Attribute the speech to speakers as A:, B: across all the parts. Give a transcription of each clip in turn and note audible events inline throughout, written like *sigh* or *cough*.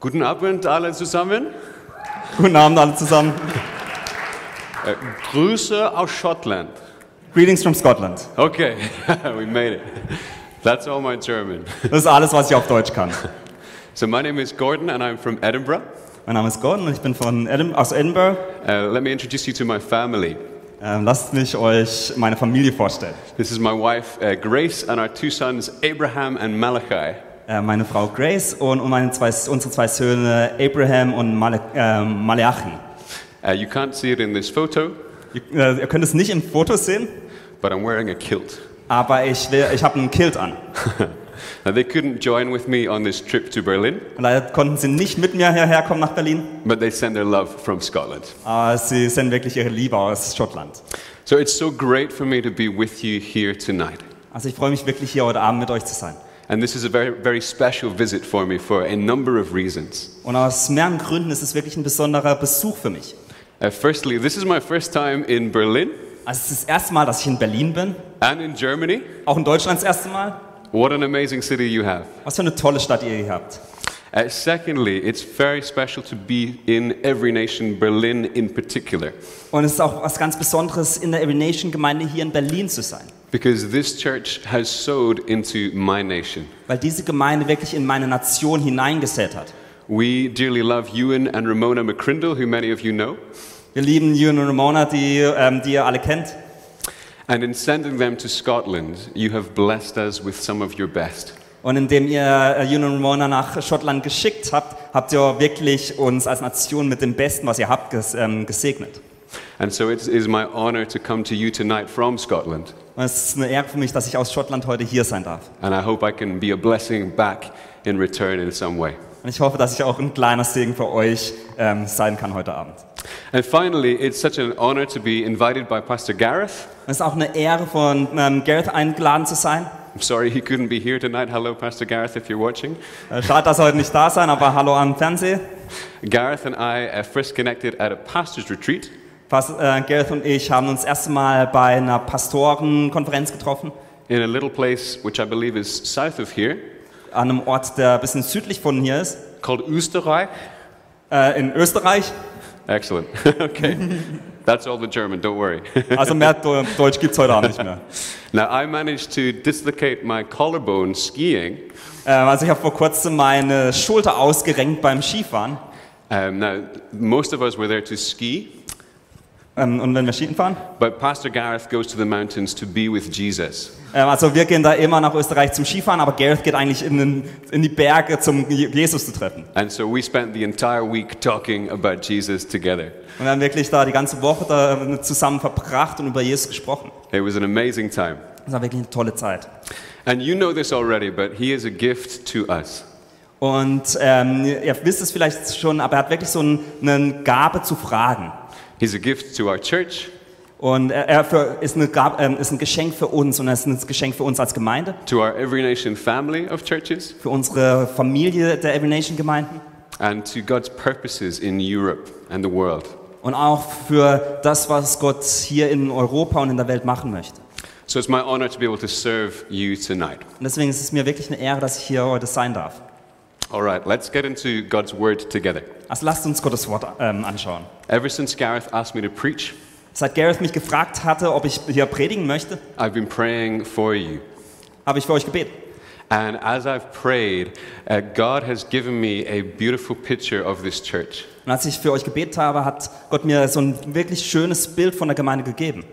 A: Guten Abend alle zusammen.
B: Guten Abend alle zusammen.
A: Äh, Grüße aus Schottland.
B: Greetings from Scotland.
A: Okay, *laughs* we made it. That's all my German.
B: Das ist alles, was ich auf Deutsch kann.
A: So my name is Gordon and I'm from Edinburgh.
B: Mein Name ist Gordon und ich bin von Edin aus Edinburgh.
A: Uh, let me introduce you to my family.
B: Ähm, lasst mich euch meine Familie vorstellen.
A: This is my wife uh, Grace and our two sons Abraham and Malachi.
B: Äh, meine Frau Grace und, und meine zwei, unsere zwei Söhne Abraham und Male, äh, Maleachi.
A: Uh, you can't see it in this photo,
B: Ihr, äh, ihr könnt es nicht im Foto sehen,
A: but I'm wearing a kilt.
B: aber ich, will- ich habe einen Kilt an.
A: Now, they couldn't join with me on this trip to Berlin,
B: Und leider konnten sie nicht mit mir hierher kommen nach Berlin,
A: but they send their love from Scotland.
B: aber sie sind wirklich ihre Liebe aus Schottland.
A: So it's so great for me to be with you here tonight.
B: Also ich freue mich wirklich hier heute Abend mit euch zu sein.
A: And this is a very, very special visit for me for a number of reasons.
B: Und aus mehreren Gründen ist es wirklich ein besonderer Besuch für mich.
A: Uh, firstly, this is my first time in Berlin
B: Also es ist das erste Mal, dass ich in Berlin bin.
A: and in Germany.
B: Auch in Deutschland das erste Mal.
A: What an amazing city you have.
B: Was für eine tolle Stadt ihr hier habt.
A: Uh, secondly, it's very special to be in every nation, Berlin in particular,
B: Und es ist auch was ganz Besonderes, in der Every Nation Gemeinde hier in Berlin zu sein.
A: because this church has sowed into my nation.
B: Weil diese Gemeinde wirklich in meine Nation hineingesät hat.
A: We dearly love Ewan and Ramona McCrindle, who many of you know,
B: Wir lieben Jürgen und Ramona, die, ähm, die ihr alle kennt.
A: and in sending them to Scotland, you have blessed us with some of your best.
B: Und indem ihr äh, Jürgen und Ramona nach Schottland geschickt habt, habt ihr wirklich uns als Nation mit dem Besten, was ihr habt, ges ähm, gesegnet.
A: And so it is my honor to come to you tonight from Scotland,
B: Und es ist eine Ehre für mich, dass ich aus Schottland heute hier sein darf.
A: and I hope I can be a blessing back in return in some way.
B: Und ich hoffe, dass ich auch ein kleiner Segen für euch ähm, sein kann heute Abend.
A: And finally, it's such an honor to be invited by Pastor Gareth.
B: Es ist auch eine Ehre, von ähm, Gareth eingeladen zu sein.
A: I'm sorry he couldn't be here tonight. Hello, Pastor Gareth, if you're watching.
B: Äh, Schade, dass er heute nicht da sein, aber hallo am Fernsehen.
A: Gareth and I uh, first connected at a pastor's retreat,
B: Pas äh, Gareth und ich haben uns das erste Mal bei einer Pastorenkonferenz getroffen,
A: in a little place which I believe is south of here
B: an einem Ort, der ein bisschen südlich von hier ist,
A: called Österreich.
B: äh, in Österreich.
A: Excellent. *laughs* okay. That's all the German, don't worry. *laughs*
B: Also mehr Do Deutsch gibt es heute Abend nicht mehr.
A: now, I managed to dislocate my collarbone skiing.
B: Äh, also ich habe vor kurzem meine Schulter ausgerenkt beim Skifahren.
A: Um, now, most of us were there to ski,
B: Ähm, und wenn wir Skien fahren.
A: but Pastor Gareth goes to the mountains to be with Jesus.
B: Ähm, also wir gehen da immer nach Österreich zum Skifahren, aber Gareth geht eigentlich in, den, in die Berge, um Jesus zu treffen.
A: And so we spent the entire week talking about Jesus together.
B: Und wir haben wirklich da die ganze Woche da ähm, zusammen verbracht und über Jesus gesprochen.
A: It was an amazing time.
B: Das war wirklich eine tolle Zeit.
A: And you know this already, but he is a gift to us.
B: Und ähm, ihr wisst es vielleicht schon, aber er hat wirklich so ein, eine Gabe zu fragen.
A: He's a gift to our church,
B: Und er, er für, ist, eine Gabe, ähm, ist ein Geschenk für uns und er ist ein Geschenk für uns als Gemeinde,
A: to our Every Nation family of churches,
B: für unsere Familie der Every Nation Gemeinden
A: and to God's purposes in Europe and the world.
B: und auch für das, was Gott hier in Europa und in der Welt machen möchte.
A: So it's my honor to be able to serve you tonight.
B: Und deswegen ist es mir wirklich eine Ehre, dass ich hier heute sein darf.
A: All right, let's get into God's word together.
B: Also lasst uns Gottes Wort ähm, anschauen.
A: Ever since Gareth asked me to preach,
B: Seit Gareth mich gefragt hatte, ob ich hier predigen möchte,
A: I've been praying for you.
B: habe ich für euch gebetet.
A: And as I've prayed, uh, God has given me a beautiful picture of this church.
B: Und als ich für euch gebetet habe, hat Gott mir so ein wirklich schönes Bild von der Gemeinde gegeben.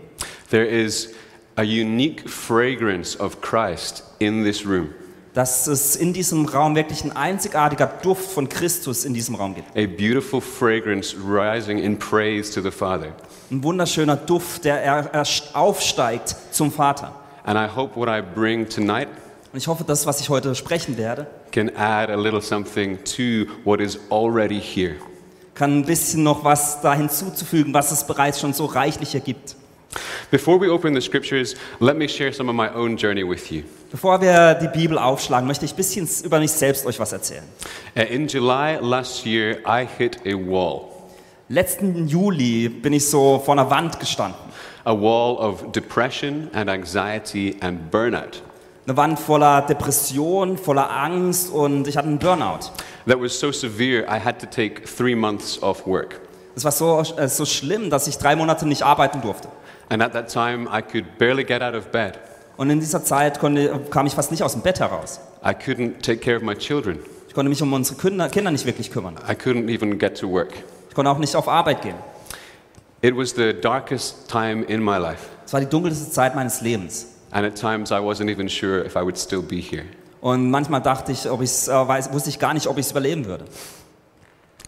A: There is a unique fragrance of Christ in this room,
B: Dass es in diesem Raum wirklich ein einzigartiger Duft von Christus in diesem Raum gibt.
A: a beautiful fragrance rising in praise to the Father.
B: Ein wunderschöner Duft, der er- er aufsteigt zum Vater.
A: And I hope what I bring tonight
B: Und ich hoffe, das, was ich heute sprechen werde,
A: can add a little something to what is already here.
B: kann ein bisschen noch was da hinzuzufügen, was es bereits schon so reichlich hier gibt.
A: Before we open the scriptures, let me share some of my own journey with you.
B: Bevor wir die Bibel aufschlagen, möchte ich ein bisschen über mich selbst euch was erzählen.
A: Uh, In July last year, I hit a wall,
B: Letzten Juli bin ich so vor einer Wand gestanden.
A: a wall of depression and anxiety and burnout.
B: Eine Wand voller Depression, voller Angst und ich hatte einen Burnout.
A: that was so severe, I had to take three months off work.
B: Es war so, äh, so schlimm, dass ich drei Monate nicht arbeiten durfte.
A: And at that time, I could barely get out of bed.
B: Und in dieser Zeit konnte, kam ich fast nicht aus dem Bett heraus.
A: I couldn't take care of my children.
B: Ich konnte mich um unsere Kinder, Kinder nicht wirklich kümmern.
A: I couldn't even get to work.
B: Ich konnte auch nicht auf Arbeit gehen.
A: It was the darkest time in my life.
B: Es war die dunkelste Zeit meines Lebens.
A: And at times, I wasn't even sure if I would still be here.
B: Und manchmal dachte ich, ob ich's, äh, weiß, wusste ich gar nicht, ob ich es überleben würde.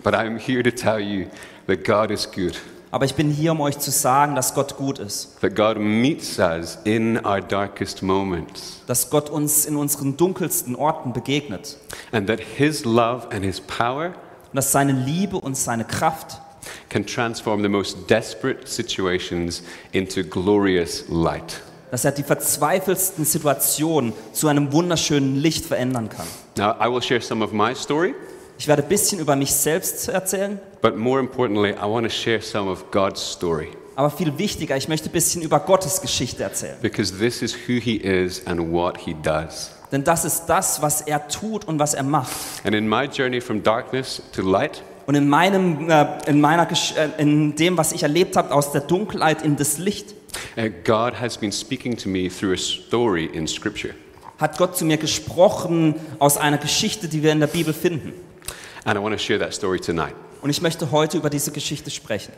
A: But I'm here to tell you that God is good,
B: Aber ich bin hier, um euch zu sagen, dass Gott gut ist.
A: that God meets us in our darkest moments,
B: Dass Gott uns in unseren dunkelsten Orten begegnet.
A: and that His love and His power
B: Und dass seine Liebe und seine Kraft
A: can transform the most desperate situations into glorious light.
B: dass er die verzweifelsten Situationen zu einem wunderschönen Licht verändern kann.
A: Now, I will share some of my story,
B: Ich werde ein bisschen über mich selbst erzählen,
A: but more importantly, I want to share some of God's story
B: aber viel wichtiger, ich möchte ein bisschen über Gottes Geschichte erzählen.
A: because this is who He is and what He does.
B: Denn das ist das, was er tut und was er macht.
A: And in my journey from darkness to light,
B: Und in, meinem, äh, in, meiner, Gesch- äh, in dem, was ich erlebt habe, aus der Dunkelheit in das Licht,
A: uh, God has been speaking to me through a story in Scripture.
B: hat Gott zu mir gesprochen aus einer Geschichte, die wir in der Bibel finden.
A: And I want to share that story tonight.
B: Und ich möchte heute über diese Geschichte sprechen.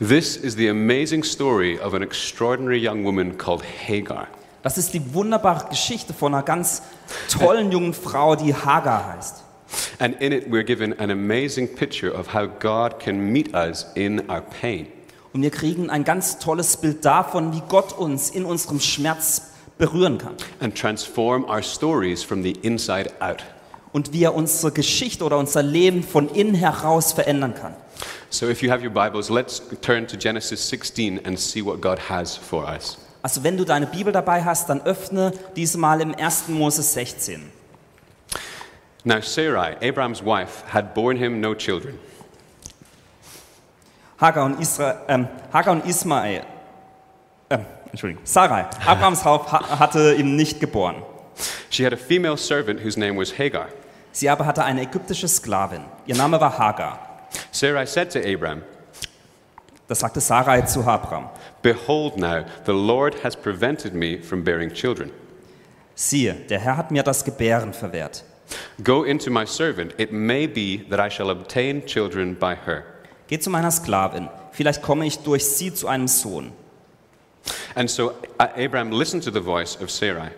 A: This is the amazing story of an extraordinary young woman called Hagar.
B: Das ist die wunderbare Geschichte von einer ganz tollen jungen Frau, die Hagar heißt.
A: And in it, we're given an amazing picture of how God can meet us in our pain.
B: Und wir kriegen ein ganz tolles Bild davon, wie Gott uns in unserem Schmerz berühren kann
A: and transform our stories from the inside out.
B: und wie er unsere Geschichte oder unser Leben von innen heraus verändern kann.
A: So, if you have your Bibles, let's turn to Genesis 16 and see what God has for us.
B: Also wenn du deine Bibel dabei hast, dann öffne diese mal im 1. Mose 16.
A: Now, Sarai, Abraham's wife, had borne him no children.
B: Hagar und, Isra, ähm, Hagar und Ismael, ähm, Entschuldigung, Sarai, Abrahams Haupt ha- hatte ihm nicht geboren.
A: She had a female servant whose name was Hagar.
B: Sie aber hatte eine ägyptische Sklavin. Ihr Name war Hagar.
A: Sarai said to Abraham,
B: Das sagte Sarai zu Abraham.
A: Behold, now the Lord has prevented me from bearing children.
B: Siehe, der Herr hat mir das Gebären verwehrt.
A: Go into my servant, it may be that I shall obtain children by her.
B: Geh zu meiner Sklavin, vielleicht komme ich durch sie zu einem Sohn.
A: And so A- Abraham listened to the voice of Sarai.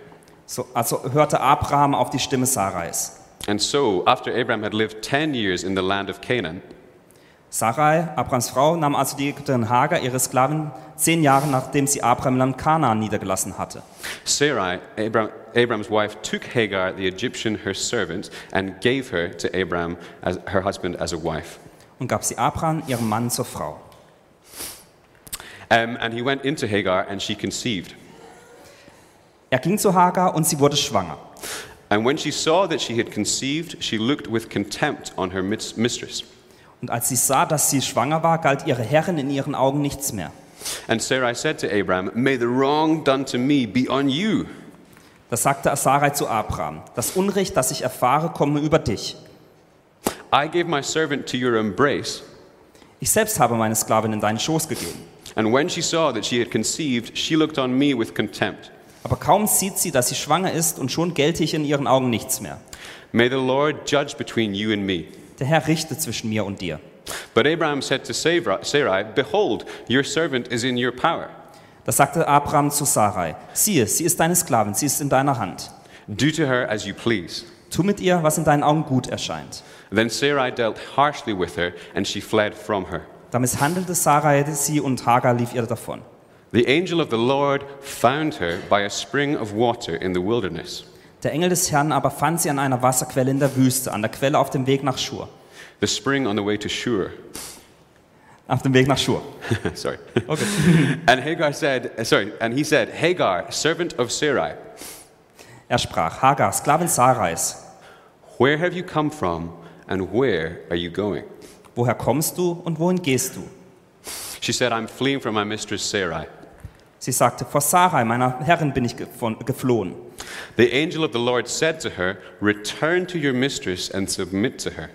B: So, also hörte Abraham auf die Stimme Sarais.
A: And so, after Abraham had lived 10 years in the land of Canaan,
B: Sarai, Abrahams Frau, nahm also die Ägypterin Hagar, ihre Sklavin, zehn Jahre nachdem sie Abraham im Land Kanaan niedergelassen hatte.
A: Sarai, Abram, Abram's wife, took Hagar, the Egyptian, her servant, and gave her to Abram, as, her husband, as a wife.
B: und gab sie Abraham, ihrem Mann, zur Frau.
A: Um, and he went into Hagar, and she conceived.
B: Er ging zu Hagar und sie wurde schwanger.
A: And when she saw that she had conceived, she looked with contempt on her mis- mistress.
B: Und als sie sah, dass sie schwanger war, galt ihre Herrin in ihren Augen nichts mehr.
A: And Sarai said to Abram, May the wrong done to me be on you.
B: Das sagte Sarai zu Abraham. Das Unrecht, das ich erfahre, komme über dich.
A: I gave my servant to your embrace.
B: Ich selbst habe meine Sklavin in deinen Schoß gegeben.
A: And when she saw that she had conceived, she looked on me with contempt.
B: Aber kaum sieht sie, dass sie schwanger ist, und schon gelte ich in ihren Augen nichts mehr.
A: May the Lord judge between you and me.
B: Der Herr richte zwischen mir und dir.
A: But Abraham said to Sarai, Sarai, Behold, your servant is in your power.
B: Das sagte Abraham zu Sarai. Siehe, sie ist deine Sklavin, sie ist in deiner Hand.
A: Do to her as you please.
B: Tu mit ihr, was in deinen Augen gut erscheint.
A: Then Sarai dealt harshly with her, and she fled from her.
B: Da misshandelte Sarai sie und Hagar lief ihr davon.
A: The angel of the Lord found her by a spring of water in the wilderness.
B: Der Engel des Herrn aber fand sie an einer Wasserquelle in der Wüste, an der Quelle auf dem Weg nach Schur.
A: The spring on the way to Shur. *laughs*
B: Auf dem Weg nach Schur.
A: sorry. *laughs* and Hagar said, uh, sorry, and he said, Hagar, servant of Sarai,
B: Er sprach, Hagar, Sklavin Sarais,
A: where have you come from, and where are you going?
B: woher kommst du und wohin gehst du?
A: She said, I'm fleeing from my mistress Sarai.
B: Sie sagte, vor Sarai, meiner Herrin, bin ich ge- von- geflohen.
A: The angel of the Lord said to her, Return to your mistress and submit to her.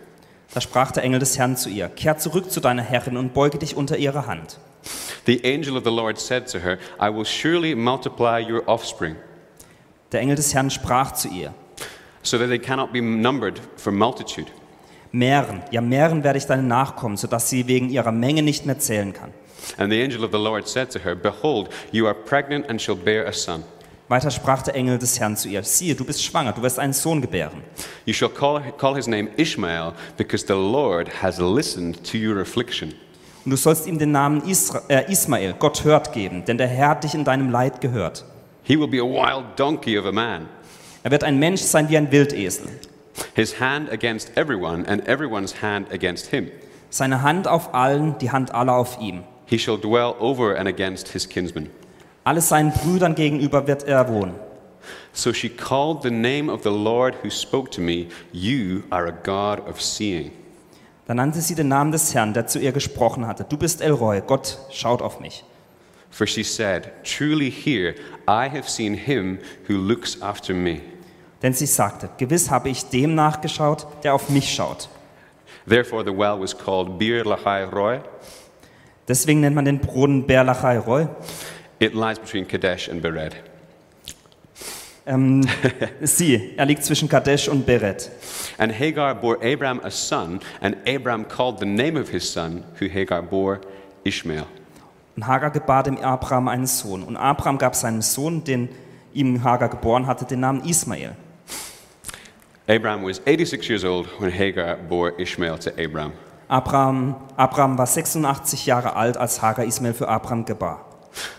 B: Da sprach der Engel des Herrn zu ihr, kehr zurück zu deiner Herrin und beuge dich unter ihre Hand.
A: The angel of the Lord said to her, I will surely multiply your offspring,
B: Der Engel des Herrn sprach zu ihr,
A: so that they cannot be numbered for multitude.
B: Mähren, ja Mähren werde ich deine Nachkommen, sodass sie wegen ihrer Menge nicht mehr zählen kann.
A: And the angel of the Lord said to her, Behold, you are pregnant and shall bear a son.
B: Weiter sprach der Engel des Herrn zu ihr, siehe, du bist schwanger, du wirst einen Sohn gebären.
A: You shall call, call his name Ishmael, because the Lord has listened to your affliction.
B: Und du sollst ihm den Namen Isra äh, Ismael, Gott hört, geben, denn der Herr hat dich in deinem Leid gehört.
A: He will be a wild donkey of a man,
B: Er wird ein Mensch sein wie ein Wildesel,
A: his hand against everyone, and everyone's hand against him.
B: seine Hand auf allen, die Hand aller auf ihm.
A: He shall dwell over and against his kinsmen.
B: Alles seinen Brüdern gegenüber wird er wohnen.
A: So she called the name of the Lord who spoke to me, You are a God of seeing.
B: Da nannte sie den Namen des Herrn, der zu ihr gesprochen hatte. Du bist Elroy, Gott schaut auf mich.
A: For she said, Truly here I have seen him who looks after me.
B: Denn sie sagte, gewiss habe ich dem nachgeschaut, der auf mich schaut.
A: Therefore the well was called Bir Lahai Roy.
B: Deswegen nennt man den Brunnen Berlachai Roy.
A: It lies between Kadesh and Bered.
B: Ähm, sie, er liegt zwischen Kadesh und Beret.
A: And Hagar bore Abram a son, and Abram called the name of his son, who Hagar bore, Ishmael.
B: Und Hagar gebar dem Abraham einen Sohn. Und Abraham gab seinem Sohn, den ihm Hagar geboren hatte, den Namen Ismael.
A: Abram was 86 years old when Hagar bore Ishmael to Abram.
B: Abraham, Abraham war 86 Jahre alt, als Hagar Ismael für Abraham gebar.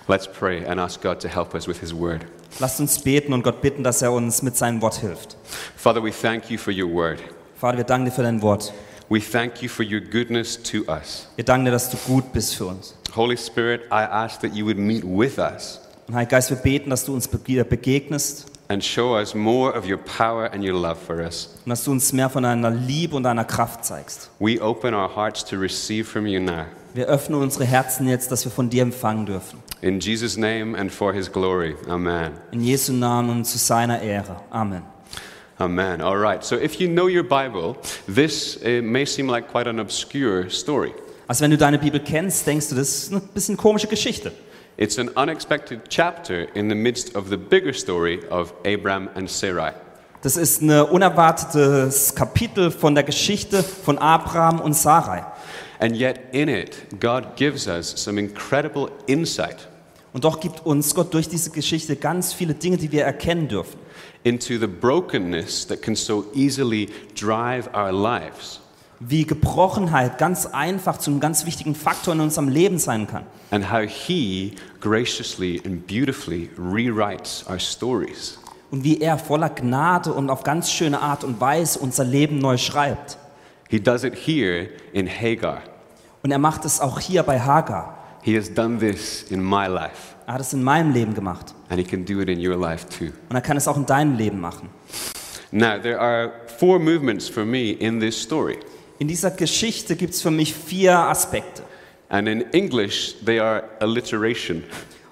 A: Let's pray and ask God to help us with his word.
B: Lasst uns beten und Gott bitten, dass er uns mit seinem Wort hilft.
A: Father, we thank you for your word.
B: Vater, wir danken dir für dein Wort.
A: We thank you for your goodness to us.
B: Wir danken dir, dass du gut bist für uns.
A: Holy Spirit, I ask that you would meet with us
B: Und Heiliger Geist, wir beten, dass du uns bege- begegnest
A: and show us more of your power and your love for us.
B: und dass du uns mehr von deiner Liebe und deiner Kraft zeigst.
A: We open our hearts to receive from you now.
B: Wir öffnen unsere Herzen jetzt, dass wir von dir empfangen dürfen.
A: In Jesus' name and for his glory. Amen.
B: In Jesu Namen und zu seiner Ehre. Amen.
A: Amen. All right. So if you know your Bible, this eh, may seem like quite an obscure story.
B: Also wenn du deine Bibel kennst, denkst du, das ist eine bisschen komische Geschichte.
A: It's an unexpected chapter in the midst of the bigger story of Abram and Sarai.
B: Das ist ein unerwartetes Kapitel von der Geschichte von Abraham und Sarai.
A: And yet, in it, God gives us some incredible insight
B: Und doch gibt uns Gott durch diese Geschichte ganz viele Dinge, die wir erkennen dürfen.
A: into the brokenness that can so easily drive our lives
B: Wie Gebrochenheit ganz einfach zu einem ganz wichtigen Faktor in unserem Leben sein kann.
A: and how He graciously and beautifully rewrites our stories.
B: Und wie er voller Gnade und auf ganz schöne Art und Weise unser Leben neu schreibt.
A: He does it here in Hagar.
B: Und er macht es auch hier bei Hagar.
A: He has done this in my life,
B: Er hat es in meinem Leben gemacht.
A: and He can do it in your life too.
B: Und er kann es auch in deinem Leben machen.
A: Now, there are four movements for me in this story,
B: In dieser Geschichte gibt es für mich vier Aspekte.
A: and in English, they are alliteration,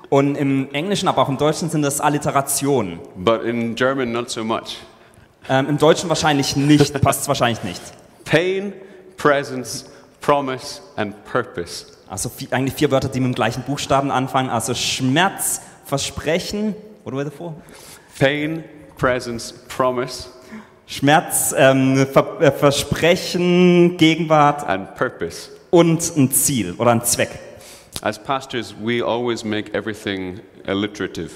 B: Und im Englischen, aber auch im Deutschen sind das Alliterationen.
A: but in German, not so much.
B: Ähm, Im Deutschen wahrscheinlich nicht, passt es wahrscheinlich nicht.
A: Pain, presence, promise, and purpose.
B: Also vi- eigentlich vier Wörter, die mit dem gleichen Buchstaben anfangen. Also Schmerz, Versprechen, what were the four?
A: Pain, presence, promise,
B: Schmerz, ähm, Ver äh, Versprechen, Gegenwart
A: and purpose.
B: und ein Ziel oder ein Zweck.
A: As pastors, we always make everything alliterative.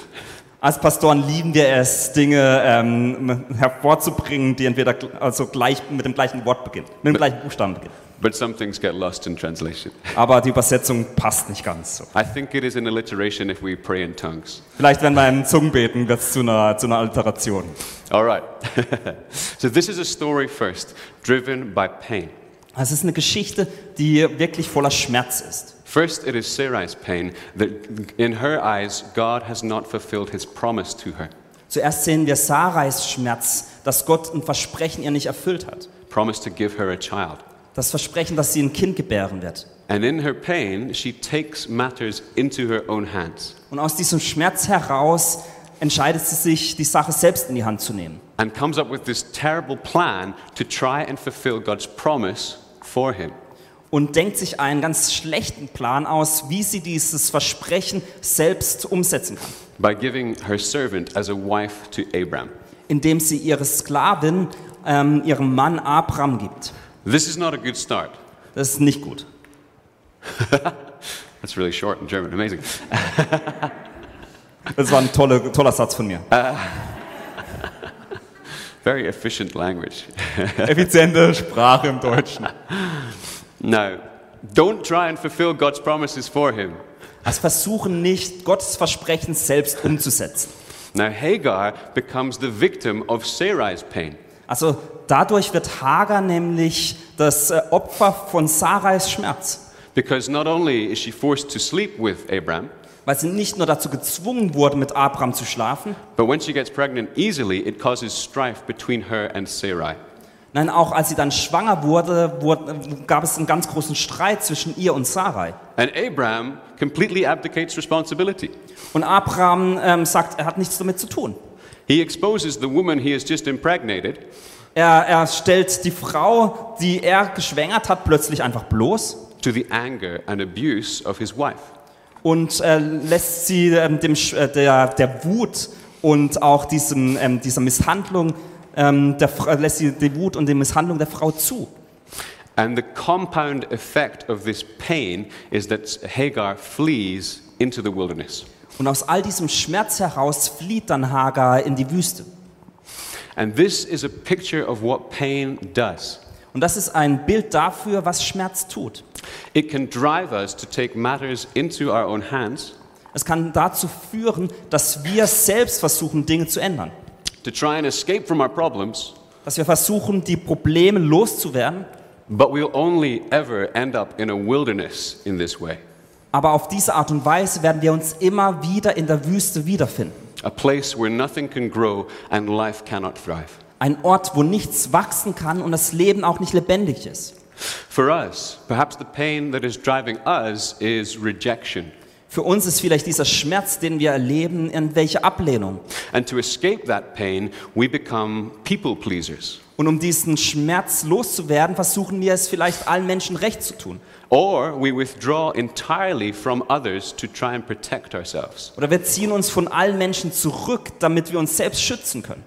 B: Als Pastoren lieben wir es, Dinge ähm, hervorzubringen, die entweder gl- also gleich mit dem gleichen Wort beginnen, mit dem gleichen Buchstaben beginnen.
A: But some things get lost in translation.
B: Aber die Übersetzung passt nicht ganz so.
A: I think it is an alliteration if we pray in tongues.
B: Vielleicht, wenn wir in Zungenbeten, wird es zu einer, zu einer Alteration.
A: All right. *laughs* so, this is a story first, driven by pain.
B: Also Es ist eine Geschichte, die wirklich voller Schmerz ist.
A: First, it is Sarai's pain that in her eyes, God has not fulfilled his promise to her.
B: Zuerst sehen wir Sarais Schmerz, dass Gott ein Versprechen ihr nicht erfüllt hat,
A: Promise to give her a child.
B: das Versprechen, dass sie ein Kind gebären wird.
A: And in her pain, she takes matters into her own hands
B: Und aus diesem Schmerz heraus entscheidet sie sich, die Sache selbst in die Hand zu nehmen.
A: and comes up with this terrible plan to try and fulfill God's promise for him.
B: Und denkt sich einen ganz schlechten Plan aus, wie sie dieses Versprechen selbst umsetzen kann.
A: by giving her servant as a wife to Abram.
B: Indem sie ihre Sklavin ähm, ihrem Mann Abraham gibt.
A: This is not a good start.
B: Das ist nicht gut.
A: That's really short in German, amazing.
B: Das war ein toller, toller Satz von mir.
A: Very efficient language.
B: *laughs* Effiziente Sprache im Deutschen.
A: Now, don't try and fulfill God's promises for him.
B: Also versuchen nicht, Gottes Versprechen selbst umzusetzen.
A: Now, Hagar becomes the victim of Sarai's pain.
B: Also dadurch wird Hagar nämlich das äh, Opfer von Sarais Schmerz,
A: Because not only is she forced to sleep with Abram,
B: weil sie nicht nur dazu gezwungen wurde, mit Abraham zu schlafen,
A: but when she gets pregnant easily, it causes strife between her and Sarai.
B: nein, auch als sie dann schwanger wurde, wurde gab es einen ganz großen Streit zwischen ihr und Sarai.
A: And Abram completely abdicates responsibility.
B: Und Abraham ähm, sagt, er hat nichts damit zu tun.
A: He exposes the woman he has just impregnated
B: Er, er stellt die Frau, die er geschwängert hat, plötzlich einfach bloß.
A: to the anger and abuse of his wife.
B: und äh, lässt sie ähm, dem, Sch- äh, der, der Wut und auch diesem, ähm, dieser Misshandlung, ähm, der, Fra- lässt sie die Wut und die Misshandlung der Frau zu.
A: And the compound effect of this pain is that Hagar flees into the wilderness.
B: Und aus all diesem Schmerz heraus flieht dann Hagar in die Wüste.
A: And this is a picture of what pain does.
B: Und das ist ein Bild dafür, was Schmerz tut.
A: It can drive us to take matters into our own hands,
B: Es kann dazu führen, dass wir selbst versuchen, Dinge zu ändern.
A: to try and escape from our problems,
B: Dass wir versuchen, die Probleme loszuwerden.
A: but we'll only ever end up in a wilderness in this way
B: Aber auf diese Art und Weise werden wir uns immer wieder in der Wüste wiederfinden.
A: a place where nothing can grow and life cannot thrive.
B: Ein Ort, wo nichts wachsen kann und das Leben auch nicht lebendig ist.
A: For us, perhaps the pain that is driving us is rejection.
B: Für uns ist vielleicht dieser Schmerz, den wir erleben, irgendwelche Ablehnung.
A: And to escape that pain, we become people pleasers.
B: Und um diesen Schmerz loszuwerden, versuchen wir es vielleicht allen Menschen recht zu tun.
A: Or we withdraw entirely from others to try and protect ourselves.
B: Oder wir ziehen uns von allen Menschen zurück, damit wir uns selbst schützen können.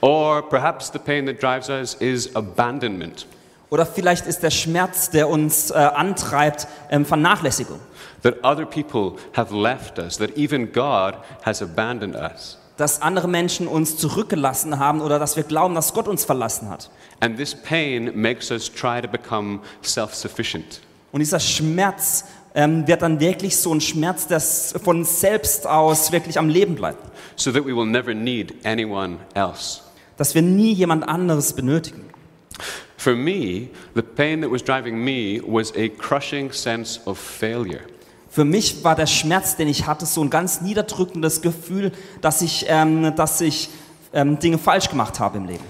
A: Or perhaps the pain that drives us is abandonment,
B: Oder vielleicht ist der Schmerz, der uns äh, antreibt, ähm, Vernachlässigung.
A: that other people have left us, that even God has abandoned us.
B: Dass andere Menschen uns zurückgelassen haben oder dass wir glauben, dass Gott uns verlassen hat.
A: And this pain makes us try to become self sufficient.
B: Und dieser Schmerz ähm, wird dann wirklich so ein Schmerz, der s- von selbst aus wirklich am Leben bleibt.
A: So that we will never need anyone else.
B: Dass wir nie jemand anderes benötigen.
A: For me, the pain that was driving me was a crushing sense of failure.
B: Für mich war der Schmerz, den ich hatte, so ein ganz niederdrückendes Gefühl, dass ich, ähm, dass ich ähm, Dinge falsch gemacht habe im Leben.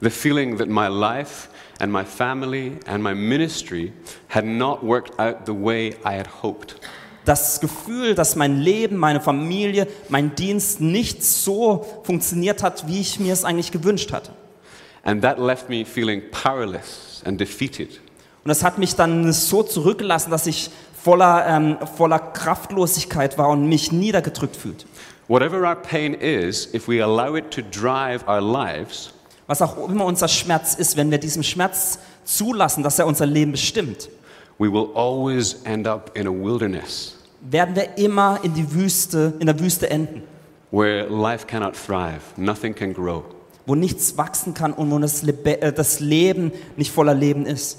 A: The feeling that my life and my family and my ministry had not worked out the way I had hoped.
B: Das Gefühl, dass mein Leben, meine Familie, mein Dienst nicht so funktioniert hat, wie ich mir es eigentlich gewünscht hatte.
A: And that left me feeling powerless and defeated.
B: Und das hat mich dann so zurückgelassen, dass ich voller, ähm, voller Kraftlosigkeit war und mich niedergedrückt fühlt.
A: Whatever our pain is, if we allow it to drive our lives,
B: Was auch immer unser Schmerz ist, wenn wir diesem Schmerz zulassen, dass er unser Leben bestimmt,
A: we will always end up in a wilderness
B: werden wir immer in die Wüste, in der Wüste enden.
A: where life cannot thrive, nothing can grow.
B: wo nichts wachsen kann und wo das, Lebe äh, das Leben nicht voller Leben ist.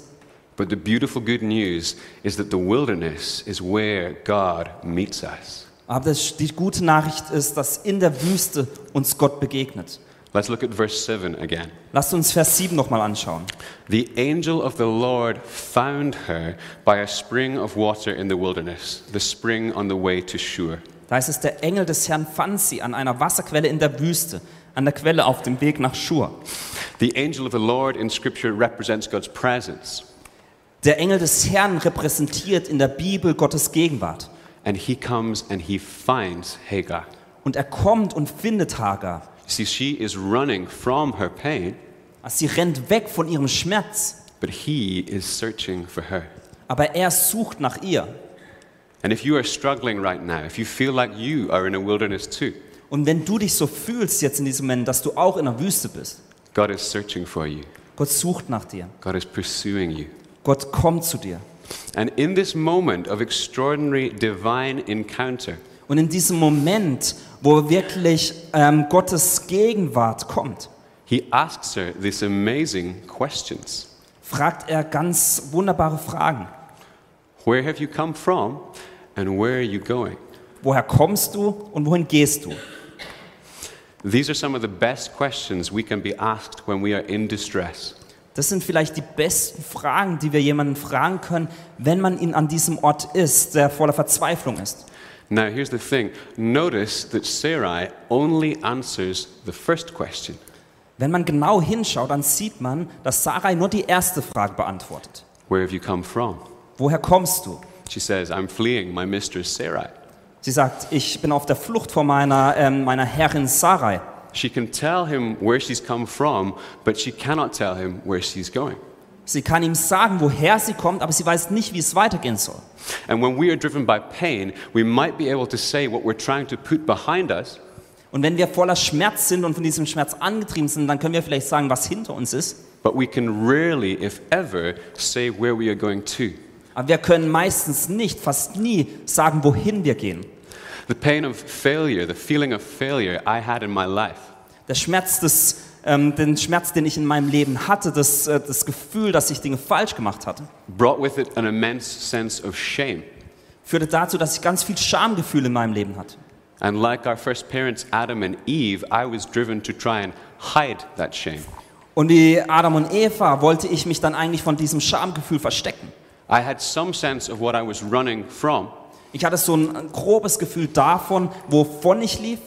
A: But the beautiful good news is that the wilderness is where God meets us.
B: Aber das, die gute Nachricht ist, dass in der Wüste uns Gott begegnet.
A: Let's look at verse 7 again.
B: Lasst uns Vers 7 nochmal anschauen.
A: The angel of the Lord found her by a spring of water in the wilderness, the spring on the way to Shur.
B: Da heißt es, der Engel des Herrn fand sie an einer Wasserquelle in der Wüste, an der Quelle auf dem Weg nach Schur.
A: The angel of the Lord in Scripture represents God's presence.
B: Der Engel des Herrn repräsentiert in der Bibel Gottes Gegenwart.
A: and he comes and he finds Hagar.
B: Und er kommt und findet Hagar. Ah,
A: You see, she is running from her pain,
B: Sie rennt weg von ihrem Schmerz,
A: but he is searching for her.
B: aber er sucht nach ihr.
A: And if you are struggling right now, if you feel like you are in a wilderness too,
B: Und wenn du dich so fühlst jetzt in diesem Moment, dass du auch in der Wüste bist,
A: God is searching for you.
B: Gott sucht nach dir.
A: God is pursuing you.
B: Gott kommt zu dir.
A: And in this moment of extraordinary divine encounter,
B: Und in diesem Moment, wo wirklich ähm, Gottes Gegenwart kommt,
A: he asks her these amazing questions
B: fragt er ganz wunderbare Fragen.
A: Where have you come from and where are you going?
B: Woher kommst du und wohin gehst du?
A: These are some of the best questions we can be asked when we are in distress.
B: Das sind vielleicht die besten Fragen, die wir jemanden fragen können, wenn man ihn an diesem Ort ist, der voller Verzweiflung ist.
A: Now, here's the thing notice that Sarai only answers the first question.
B: Wenn man genau hinschaut, dann sieht man, dass Sarai nur die erste Frage beantwortet.
A: Where have you come from?
B: Woher kommst du?
A: She says, I'm fleeing my mistress Sarai.
B: Sie sagt, ich bin auf der Flucht vor meiner, ähm, meiner Herrin Sarai.
A: She can tell him where she's come from, but she cannot tell him where she's going.
B: Sie kann ihm sagen, woher sie kommt, aber sie weiß nicht, wie es weitergehen soll.
A: And when we are driven by pain, we might be able to say what we're trying to put behind us,
B: Und wenn wir voller Schmerz sind und von diesem Schmerz angetrieben sind, dann können wir vielleicht sagen, was hinter uns ist.
A: but we can rarely, if ever, say where we are going to.
B: Aber wir können meistens nicht, fast nie sagen, wohin wir gehen.
A: The pain of failure, the feeling of failure I had in my life,
B: Der Schmerz, des, ähm, den Schmerz, den ich in meinem Leben hatte, das, äh, das Gefühl, dass ich Dinge falsch gemacht hatte,
A: brought with it an immense sense of shame.
B: führte dazu, dass ich ganz viel Schamgefühl in meinem Leben hatte.
A: And like our first parents, Adam and Eve, I was driven to try and hide that shame.
B: Und wie Adam und Eva wollte ich mich dann eigentlich von diesem Schamgefühl verstecken.
A: I had some sense of what I was running from,
B: Ich hatte so ein grobes Gefühl davon, wovon ich lief,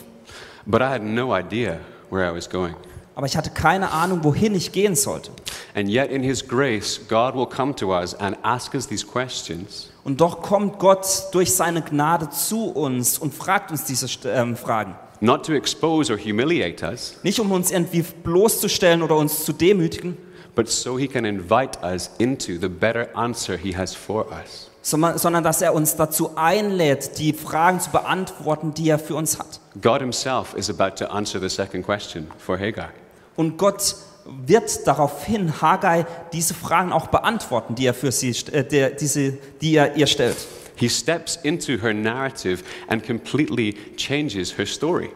A: but I had no idea where I was going.
B: aber ich hatte keine Ahnung, wohin ich gehen sollte.
A: And yet, in His grace, God will come to us and ask us these questions
B: Und doch kommt Gott durch seine Gnade zu uns und fragt uns diese St- ähm, Fragen.
A: not to expose or humiliate us,
B: Nicht um uns irgendwie bloßzustellen oder uns zu demütigen,
A: but so He can invite us into the better answer He has for us.
B: sondern sondern dass er uns dazu einlädt, die Fragen zu beantworten, die er für uns hat.
A: God Himself is about to answer the second question for Hagar.
B: Und Gott wird daraufhin Haggai diese Fragen auch beantworten, die er für sie, st- äh, der, diese, die er ihr stellt.
A: He steps into her narrative and completely changes her story.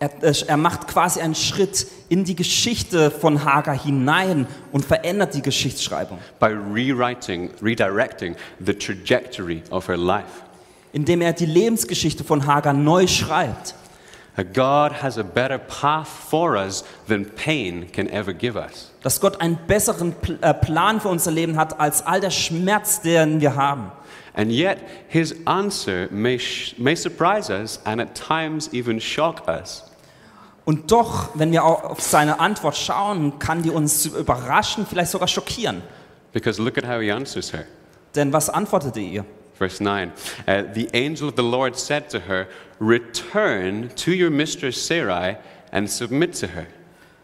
B: Er, äh, er macht quasi einen Schritt in die Geschichte von Hagar hinein und verändert die Geschichtsschreibung,
A: by rewriting, redirecting the trajectory of her life.
B: indem er die Lebensgeschichte von Hagar neu schreibt.
A: Uh, God has a better path for us than pain can ever give us.
B: Dass Gott einen besseren Pl äh, Plan für unser Leben hat als all der Schmerz, den wir haben.
A: And yet, his answer may, sh- may surprise us and at times even shock us.
B: Und doch, wenn wir au- auf seine Antwort schauen, kann die uns überraschen, vielleicht sogar schockieren.
A: Because look at how he answers her.
B: Denn was antwortete ihr?
A: Verse 9 uh, The angel of the Lord said to her, Return to your mistress Sarai and submit to her.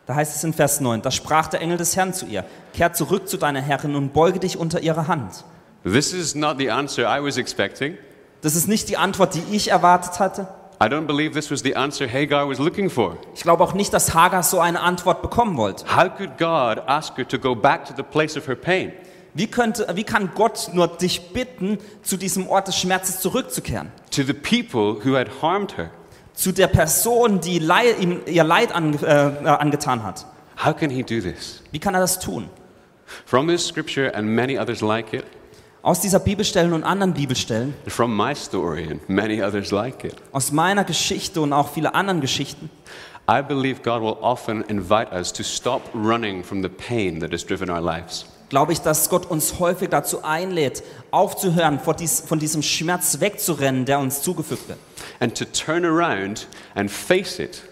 B: Da heißt es in Vers 9, da sprach der Engel des Herrn zu ihr, kehr zurück zu deiner Herrin und beuge dich unter ihre Hand.
A: This is not the answer I was expecting.
B: Das ist nicht die Antwort, die ich erwartet hatte.
A: I don't believe this was the answer Hagar was looking for.
B: Ich glaube auch nicht, dass Hagar so eine Antwort bekommen wollte.
A: How could God ask her to go back to the place of her pain?
B: Wie, könnte, wie kann Gott nur dich bitten, zu diesem Ort des Schmerzes zurückzukehren?
A: To the people who had harmed her?
B: Zu der Person, die Lei- ihm ihr Leid ange, äh, äh, angetan hat.
A: How can he do this?
B: Wie kann er das tun?
A: From this scripture and many others like it,
B: Aus dieser Bibelstellen und anderen Bibelstellen,
A: from my story and many others like it,
B: aus meiner Geschichte und auch viele anderen Geschichten,
A: I believe God will often invite us to stop running from the pain that has driven our lives.
B: glaube ich, dass Gott uns häufig dazu einlädt, aufzuhören, vor dies, von diesem Schmerz wegzurennen, der uns zugefügt wird.
A: And to turn around and face it,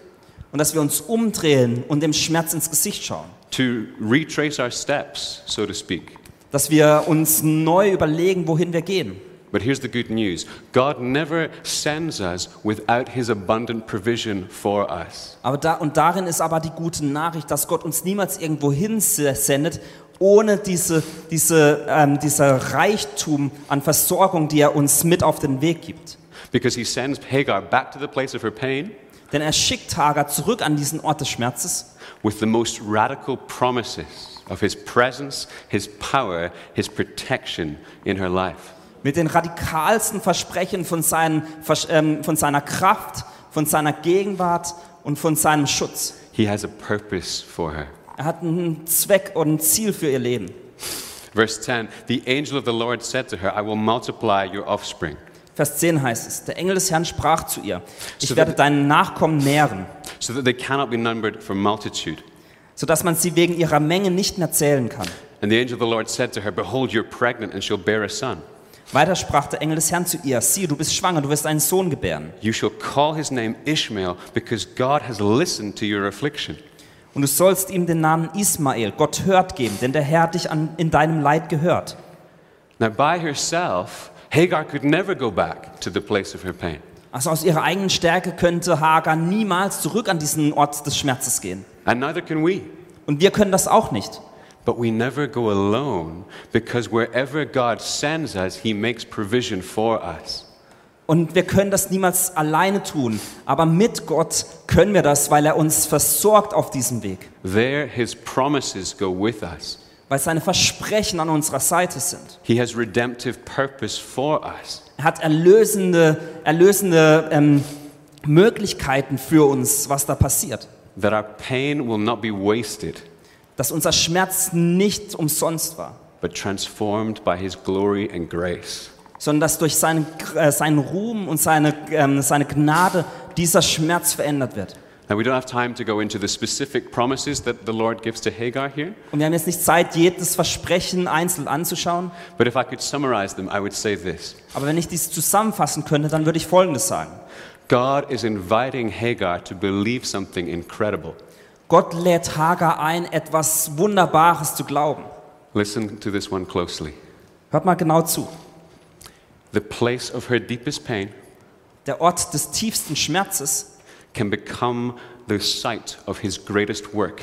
B: Und dass wir uns umdrehen und dem Schmerz ins Gesicht schauen.
A: to retrace our steps, so to speak,
B: dass wir uns neu überlegen, wohin wir gehen.
A: But here's the good news God never sends us without his abundant provision for us.
B: Aber da, und darin ist aber die gute Nachricht, dass Gott uns niemals irgendwo hinsendet, ohne diese, diese, ähm, dieser Reichtum an Versorgung, die er uns mit auf den Weg gibt.
A: Because he sends Hagar back to the place of her pain
B: Denn er schickt Hagar zurück an diesen Ort des Schmerzes
A: with the most radical promises of his presence, his power, his protection in her life.
B: mit den radikalsten Versprechen von, seinen, Versch- ähm, von seiner Kraft, von seiner Gegenwart und von seinem Schutz.
A: He has a purpose for her.
B: Er hat einen Zweck und ein Ziel für ihr Leben.
A: Verse 10 The angel of the Lord said to her, I will multiply your offspring.
B: Vers 10 heißt es, der Engel des Herrn sprach zu ihr, ich
A: So
B: werde
A: that-
B: deinen Nachkommen nähren,
A: so that they cannot be numbered for multitude.
B: sodass man sie wegen ihrer Menge nicht mehr zählen kann.
A: And the angel of the Lord said to her, Behold, you're pregnant, and shall bear a son.
B: Weiter sprach der Engel des Herrn zu ihr, sieh, du bist schwanger, du wirst einen Sohn gebären.
A: You shall call his name Ishmael, because God has listened to your affliction.
B: Und du sollst ihm den Namen Ismael, Gott hört, geben, denn der Herr hat dich an, in deinem Leid gehört.
A: Now, by herself, Hagar could never go back to the place of her pain.
B: Also aus ihrer eigenen Stärke könnte Hagar niemals zurück an diesen Ort des Schmerzes gehen.
A: And neither can we.
B: Und wir können das auch nicht.
A: But we never go alone, because wherever God sends us, he makes provision for us.
B: Und wir können das niemals alleine tun. Aber mit Gott können wir das, weil er uns versorgt auf diesem Weg.
A: There, his promises go with us.
B: Weil seine Versprechen an unserer Seite sind.
A: He has redemptive purpose for us.
B: Er hat erlösende, erlösende ähm, Möglichkeiten für uns, was da passiert.
A: that our pain will not be wasted,
B: Dass unser Schmerz nicht umsonst war,
A: but transformed by his glory and grace.
B: sondern dass durch seinen, äh, seinen Ruhm und seine, ähm, seine Gnade dieser Schmerz verändert wird.
A: Now, we don't have time to go into the specific promises that the Lord gives to Hagar here,
B: Und wir haben jetzt nicht Zeit, jedes Versprechen einzeln anzuschauen.
A: but if I could summarize them, I would say this
B: Aber wenn ich dies zusammenfassen könnte, dann würde ich Folgendes sagen.
A: God is inviting Hagar to believe something incredible.
B: Gott lädt Hagar ein, etwas Wunderbares zu glauben.
A: Listen to this one closely.
B: Hört mal genau zu.
A: The place of her deepest pain
B: Der Ort des tiefsten Schmerzes
A: can become the site of his greatest work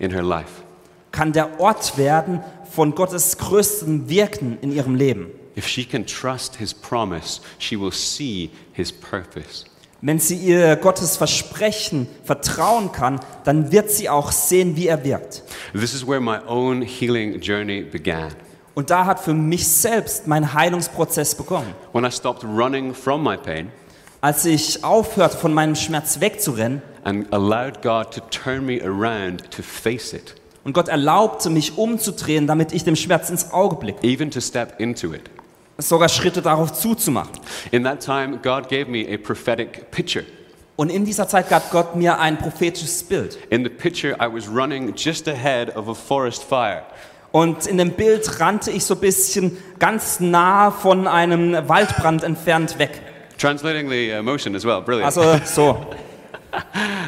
A: in her life.
B: kann der Ort werden von Gottes größtem Wirken in ihrem Leben.
A: If she can trust his promise, she will see his purpose.
B: Wenn sie ihr Gottes Versprechen vertrauen kann, dann wird sie auch sehen, wie er wirkt.
A: This is where my own healing journey began.
B: Und da hat für mich selbst mein Heilungsprozess begonnen.
A: When I stopped running from my pain
B: Als ich aufhörte, von meinem Schmerz wegzurennen
A: and allowed God to turn me around to face it,
B: und Gott erlaubte, mich umzudrehen, damit ich dem Schmerz ins Auge blicke,
A: even to step into it.
B: sogar Schritte darauf zuzumachen.
A: In that time, God gave me a prophetic picture.
B: Und in dieser Zeit gab Gott mir ein prophetisches Bild.
A: In the picture, I was running just ahead of a forest fire.
B: Und in dem Bild rannte ich so ein bisschen ganz nah von einem Waldbrand entfernt weg.
A: Translating the emotion as well, brilliant.
B: Also so.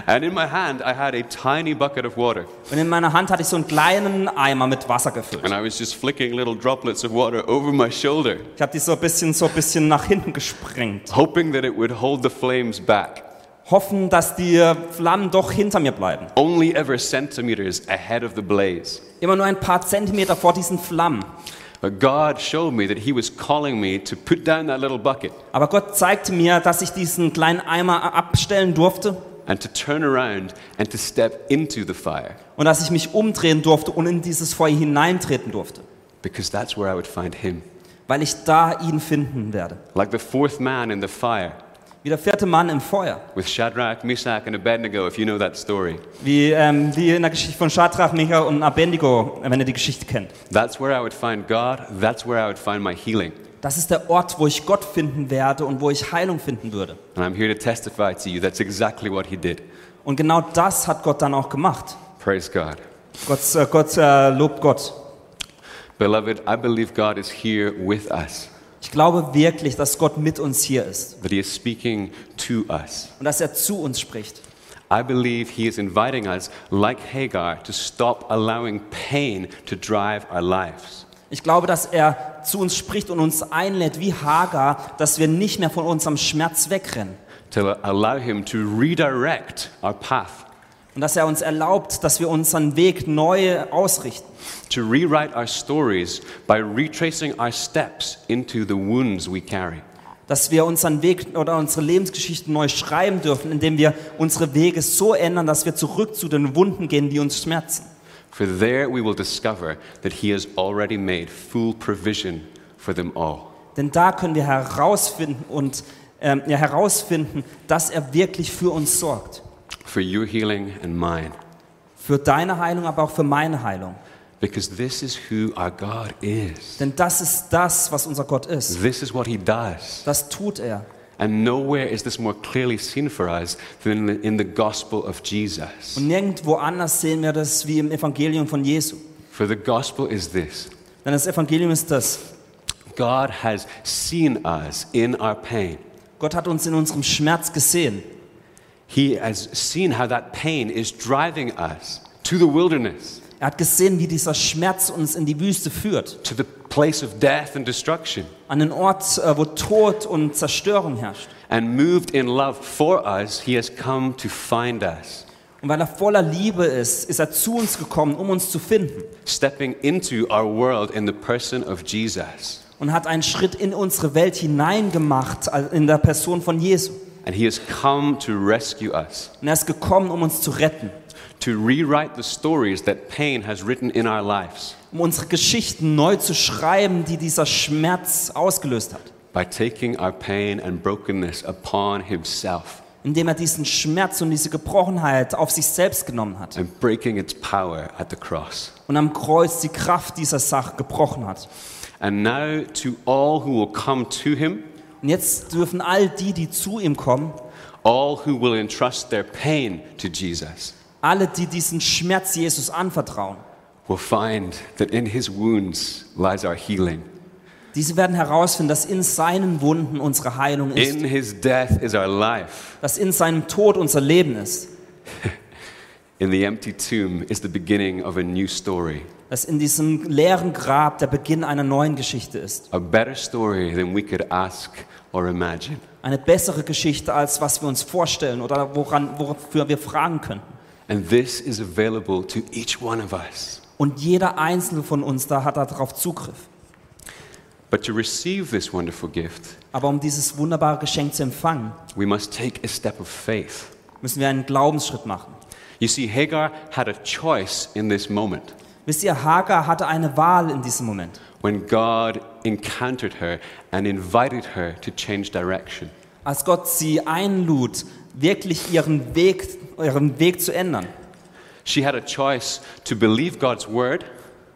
A: And in my hand, I had a tiny bucket of water,
B: Und in meiner Hand hatte ich so einen kleinen Eimer mit Wasser gefüllt.
A: and I was just flicking little droplets of water over my shoulder,
B: Ich habe die so ein bisschen, so ein bisschen nach hinten gesprengt.
A: hoping that it would hold the flames back.
B: Hoffen, dass die Flammen doch hinter mir bleiben.
A: only ever centimeters ahead of the blaze.
B: Immer nur ein paar Zentimeter vor diesen Flammen.
A: But God showed me that He was calling me to put down that little bucket
B: Aber Gott zeigte mir, dass ich diesen kleinen Eimer abstellen durfte
A: and to turn around and to step into the fire
B: und dass ich mich umdrehen durfte und in dieses Feuer hineintreten durfte.
A: because that's where I would find Him.
B: Weil ich da ihn finden werde.
A: Like the fourth man in the fire
B: Wie der vierte Mann im Feuer.
A: with Shadrach, Meshach, and Abednego, if you know that story.
B: Wie, ähm, wie in der Geschichte von Shadrach, Micha und Abednego, wenn ihr die Geschichte kennt.
A: That's where I would find God. That's where I would find my healing.
B: Das ist der Ort, wo ich Gott finden werde und wo ich Heilung finden würde.
A: And I'm here to testify to you that's exactly what He did.
B: Und genau das hat Gott dann auch gemacht.
A: Praise God.
B: Gott, äh, Gott äh, lobt Gott.
A: Beloved, I believe God is here with us,
B: Ich glaube wirklich, dass Gott mit uns hier ist
A: that He is speaking to us.
B: und dass er zu uns spricht.
A: I believe he is inviting us, like Hagar, to stop allowing pain to drive our lives.
B: Ich glaube, dass er zu uns spricht und uns einlädt, wie Hagar, dass wir nicht mehr von unserem Schmerz wegrennen.
A: to allow Him to redirect our path,
B: Und dass er uns erlaubt, dass wir unseren Weg neu ausrichten.
A: to rewrite our stories by retracing our steps into the wounds we carry.
B: Dass wir unseren Weg oder unsere Lebensgeschichten neu schreiben dürfen, indem wir unsere Wege so ändern, dass wir zurück zu den Wunden gehen, die uns schmerzen.
A: For there we will discover that He has already made full provision for them all.
B: Denn da können wir herausfinden und ähm, ja, herausfinden, dass er wirklich für uns sorgt.
A: for your healing and mine.
B: Für deine Heilung, aber auch für meine Heilung.
A: Because this is who our God is.
B: Denn das ist das, was unser Gott ist.
A: This is what He does.
B: Das tut er.
A: And nowhere is this more clearly seen for us than in the, in the gospel of Jesus.
B: Und nirgendwo anders sehen wir das wie im Evangelium von Jesu.
A: For the gospel is this
B: Denn das Evangelium ist das.
A: God has seen us in our pain.
B: Gott hat uns in unserem Schmerz gesehen.
A: He has seen how that pain is driving us to the wilderness,
B: Er hat gesehen, wie dieser Schmerz uns in die Wüste führt.
A: to the place of death and destruction,
B: An den Ort, äh, wo Tod und Zerstörung herrscht.
A: and moved in love for us, He has come to find us.
B: Und weil er voller Liebe ist, ist er zu uns gekommen, um uns zu finden.
A: stepping into our world in the person of Jesus.
B: und hat einen Schritt in unsere Welt hineingemacht also in der Person von Jesu.
A: And he has come to rescue us,
B: Und er ist gekommen, um uns zu retten,
A: to rewrite the stories that pain has written in our lives
B: um unsere Geschichten neu zu schreiben, die dieser Schmerz ausgelöst hat,
A: by taking our pain and brokenness upon himself
B: indem er diesen Schmerz und diese Gebrochenheit auf sich selbst genommen hat
A: and breaking its power at the cross.
B: und am Kreuz die Kraft dieser Sache gebrochen hat.
A: And now, to all who will come to him,
B: Und jetzt dürfen all die, die zu ihm kommen,
A: all who will entrust their pain to Jesus,
B: alle, die diesen Schmerz Jesus anvertrauen,
A: will find that in his wounds lies our healing.
B: diese werden herausfinden, dass in seinen Wunden unsere Heilung
A: In
B: ist,
A: his death is our life.
B: dass in seinem Tod unser Leben ist.
A: In the empty tomb is the beginning of a new story,
B: dass in diesem leeren Grab der Beginn einer neuen Geschichte ist.
A: a better story than we could ask or imagine.
B: Eine bessere Geschichte, als was wir uns vorstellen oder woran, wofür wir fragen könnten.
A: And this is available to each one of us.
B: Und jeder Einzelne von uns da hat darauf Zugriff.
A: But to receive this wonderful gift,
B: Aber um dieses wunderbare Geschenk zu empfangen,
A: we must take a step of faith.
B: müssen wir einen Glaubensschritt machen.
A: You see, Hagar had a choice in this moment.
B: Wisst ihr, Hagar hatte eine Wahl in diesem Moment,
A: When God encountered her and invited her to change direction,
B: als Gott sie einlud, wirklich ihren Weg, ihren Weg zu ändern.
A: she had a choice to believe God's word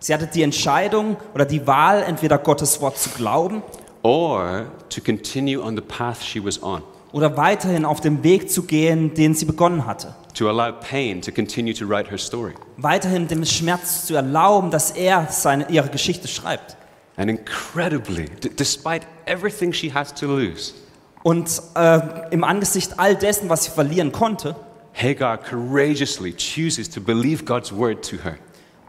B: Sie hatte die Entscheidung oder die Wahl, entweder Gottes Wort zu glauben
A: or to continue on the path she was on.
B: oder weiterhin auf dem Weg zu gehen, den sie begonnen hatte.
A: to allow pain to continue to write her story.
B: Weiterhin dem Schmerz zu erlauben, dass er seine, ihre Geschichte schreibt.
A: And incredibly, d- despite everything she has to lose,
B: Und äh, im Angesicht all dessen, was sie verlieren konnte,
A: Hagar courageously chooses to believe God's word to her,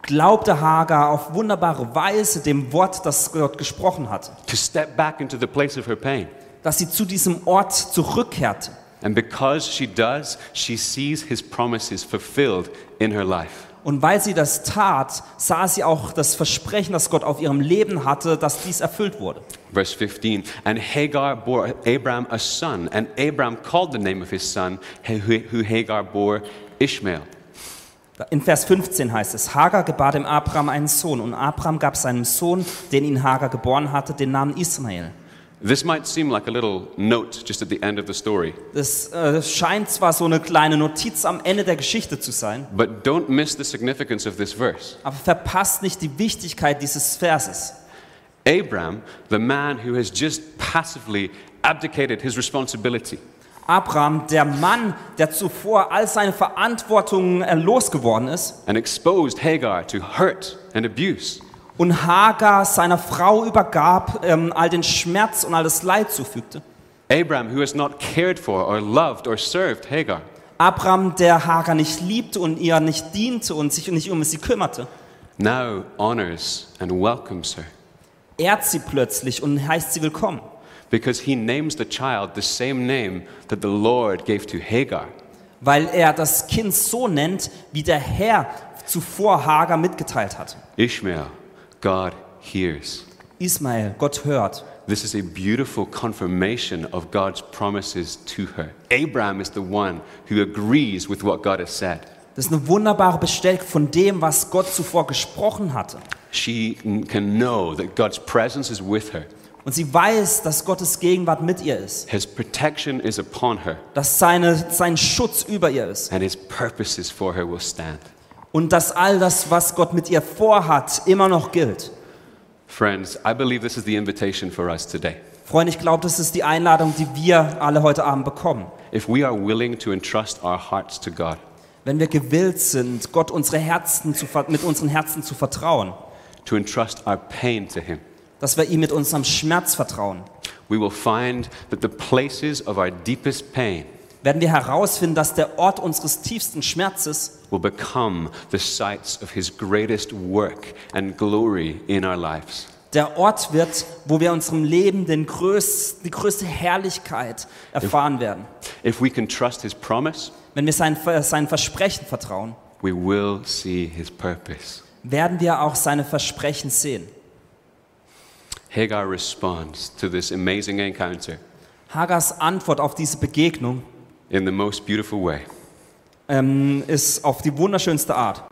B: glaubte Hagar auf wunderbare Weise dem Wort, das Gott gesprochen hatte,
A: to step back into the place of her pain.
B: dass sie zu diesem Ort zurückkehrte.
A: And because she does, she sees his promises fulfilled in her life.
B: Und weil sie das tat, sah sie auch das Versprechen, das Gott auf ihrem Leben hatte, dass dies erfüllt wurde.
A: Verse 15 And Hagar bore Abram a son, and Abram called the name of his son, who who Hagar bore Ishmael.
B: In Vers 15 heißt es, Hagar gebar dem Abraham einen Sohn und Abraham gab seinem Sohn, den ihn Hagar geboren hatte, den Namen Ismael.
A: This might seem like a little note just at the end of the story.
B: Das äh, scheint zwar so eine kleine Notiz am Ende der Geschichte zu sein,
A: But don't miss the significance of this verse.
B: aber verpasst nicht die Wichtigkeit dieses Verses.
A: Abram, the man who has just passively abdicated his responsibility,
B: Abraham, der Mann, der zuvor all seine Verantwortungen äh, losgeworden ist
A: and exposed Hagar to hurt and abuse,
B: und Hagar seiner Frau übergab, ähm, all den Schmerz und all das Leid zufügte.
A: Abram, who has not cared for or loved or served Hagar,
B: Abraham, der Hagar nicht liebte und ihr nicht diente und sich nicht um sie kümmerte.
A: now honors and welcomes her
B: ehrt sie plötzlich und heißt sie willkommen,
A: because he names the child the same name that the Lord gave to Hagar.
B: weil er das Kind so nennt, wie der Herr zuvor Hagar mitgeteilt hat.
A: Ishmael, God hears.
B: Ismael, Gott hört.
A: This is a beautiful confirmation of God's promises to her. Abraham is the one who agrees with what God has said.
B: Das ist eine wunderbare Bestätigung von dem, was Gott zuvor gesprochen hatte.
A: She can know that God's presence is with her,
B: Und sie weiß, dass Gottes Gegenwart mit ihr ist,
A: His protection is upon her,
B: dass seine, sein Schutz über ihr ist
A: and His purposes for her will stand.
B: und dass all das, was Gott mit ihr vorhat, immer noch gilt.
A: Friends, I believe this is the invitation for us today.
B: Freunde, ich glaube, das ist die Einladung, die wir alle heute Abend bekommen.
A: If we are willing to entrust our hearts to God,
B: Wenn wir gewillt sind, Gott unsere Herzen zu, ver- mit unseren Herzen zu vertrauen,
A: to entrust our pain to Him,
B: dass wir ihm mit unserem Schmerz vertrauen,
A: we will find that the places of our deepest pain
B: werden wir herausfinden, dass der Ort unseres tiefsten Schmerzes
A: will become the sites of his greatest work and glory in our lives.
B: der Ort wird, wo wir unserem Leben den größ, die größte Herrlichkeit erfahren werden.
A: If we can trust his promise,
B: Wenn wir sein, Ver- sein Versprechen vertrauen,
A: we will see his purpose.
B: werden wir auch seine Versprechen sehen.
A: Hagar responds to this amazing encounter
B: Hagars Antwort auf diese Begegnung
A: in the most beautiful way.
B: ähm, ist auf die wunderschönste Art.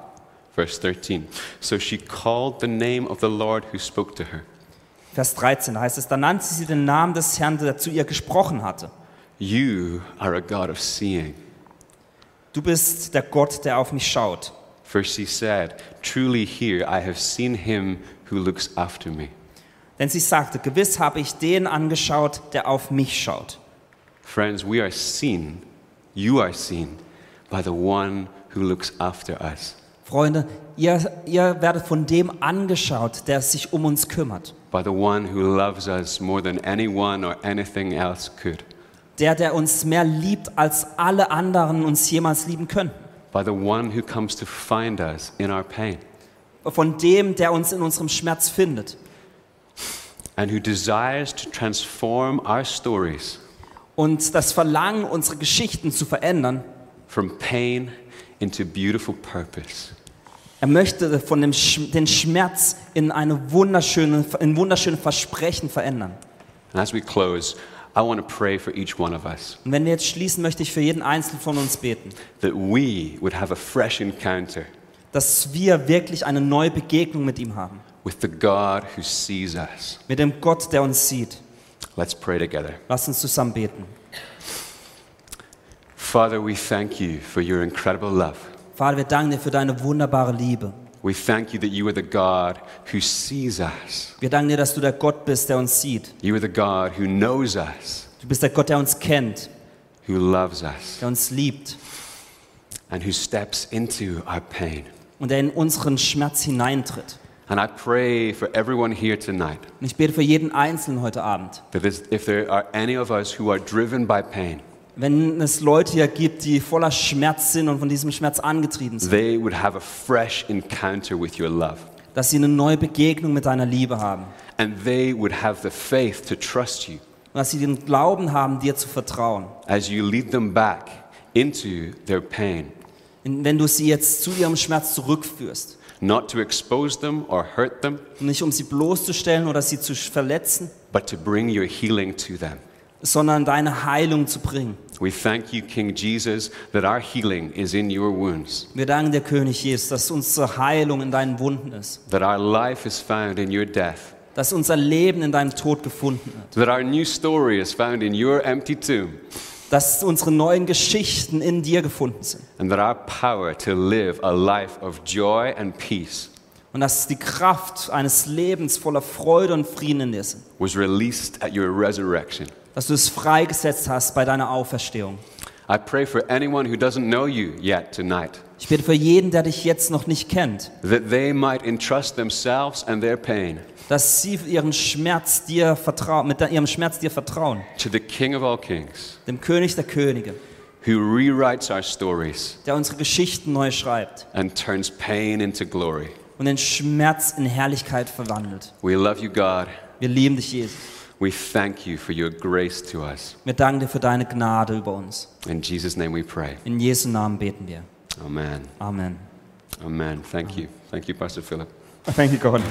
A: Verse 13. So she called the name of the Lord who spoke to her.
B: Vers 13 da heißt es, da nannte sie den Namen des Herrn, der zu ihr gesprochen hatte.
A: You are a God of seeing.
B: Du bist der Gott, der auf mich schaut.
A: For she said, Truly here I have seen him who looks after me.
B: Denn sie sagte, gewiss habe ich den angeschaut, der auf mich schaut.
A: Friends, we are seen, you are seen by the one who looks after us,
B: Freunde, ihr, ihr werdet von dem angeschaut, der sich um uns kümmert.
A: by the one who loves us more than anyone or anything else could,
B: Der, der uns mehr liebt, als alle anderen uns jemals lieben können.
A: by the one who comes to find us in our pain,
B: Von dem, der uns in unserem Schmerz findet.
A: and who desires to transform our stories
B: Und das Verlangen, unsere Geschichten zu verändern,
A: from pain into beautiful purpose.
B: er möchte von dem Sch den Schmerz in, eine wunderschöne, in wunderschöne Versprechen verändern.
A: And as we close, I want to pray for each one of us
B: Und wenn wir jetzt schließen, möchte ich für jeden Einzelnen von uns beten.
A: that we would have a fresh encounter
B: dass wir wirklich eine neue Begegnung mit ihm haben,
A: with the God who sees us.
B: mit dem Gott, der uns sieht.
A: Let's pray together.
B: Lass uns zusammen beten.
A: Father, we thank you for your incredible love.
B: Vater, wir danken dir für deine wunderbare Liebe.
A: We thank you that you are the God who sees us.
B: Wir danken dir, dass du der Gott bist, der uns sieht.
A: You are the God who knows us,
B: Du bist der Gott, der uns kennt,
A: who loves us,
B: der uns liebt
A: and who steps into our pain.
B: und der in unseren Schmerz hineintritt.
A: And I pray for everyone here tonight
B: Und ich bete für jeden Einzelnen heute Abend.
A: that is- if there are any of us who are driven by pain,
B: Wenn es Leute hier gibt, die voller Schmerz sind und von diesem Schmerz angetrieben sind,
A: they would have a fresh encounter with your love.
B: dass sie eine neue Begegnung mit deiner Liebe haben.
A: And they would have the faith to trust you
B: Und dass sie den Glauben haben, dir zu vertrauen.
A: as you lead them back into their pain,
B: Und wenn du sie jetzt zu ihrem Schmerz zurückführst.
A: not to expose them or hurt them,
B: nicht um sie bloßzustellen oder sie zu verletzen,
A: but to bring your healing to them.
B: sondern deine Heilung zu bringen.
A: We thank you, King Jesus, that our healing is in your wounds,
B: Wir danken dir, König Jesus, dass unsere Heilung in deinen Wunden ist,
A: that our life is found in your death,
B: dass unser Leben in deinem Tod gefunden wird,
A: that our new story is found in your empty tomb,
B: dass unsere neuen Geschichten in dir gefunden sind
A: and that our power to live a life of joy and peace
B: und dass die Kraft eines Lebens voller Freude und Frieden in dir sind,
A: was released at your resurrection.
B: dass du es freigesetzt hast bei deiner Auferstehung.
A: I pray for anyone who doesn't know you yet tonight,
B: Ich bete für jeden, der dich jetzt noch nicht kennt,
A: that they might entrust themselves and their pain
B: dass sie ihren Schmerz dir vertrauen, mit ihrem Schmerz dir vertrauen,
A: to the King of all kings,
B: dem König der Könige,
A: who rewrites our stories
B: der unsere Geschichten neu schreibt.
A: and turns pain into glory.
B: und den Schmerz in Herrlichkeit verwandelt.
A: We love you, God.
B: Wir lieben dich, Jesus.
A: We thank you for your grace to us.
B: Wir danken dir für deine Gnade über uns.
A: In Jesus' name we pray.
B: In Jesu Namen beten wir.
A: Amen.
B: Amen.
A: Amen. Thank you. Thank you, Pastor Philip.
B: Thank you, God.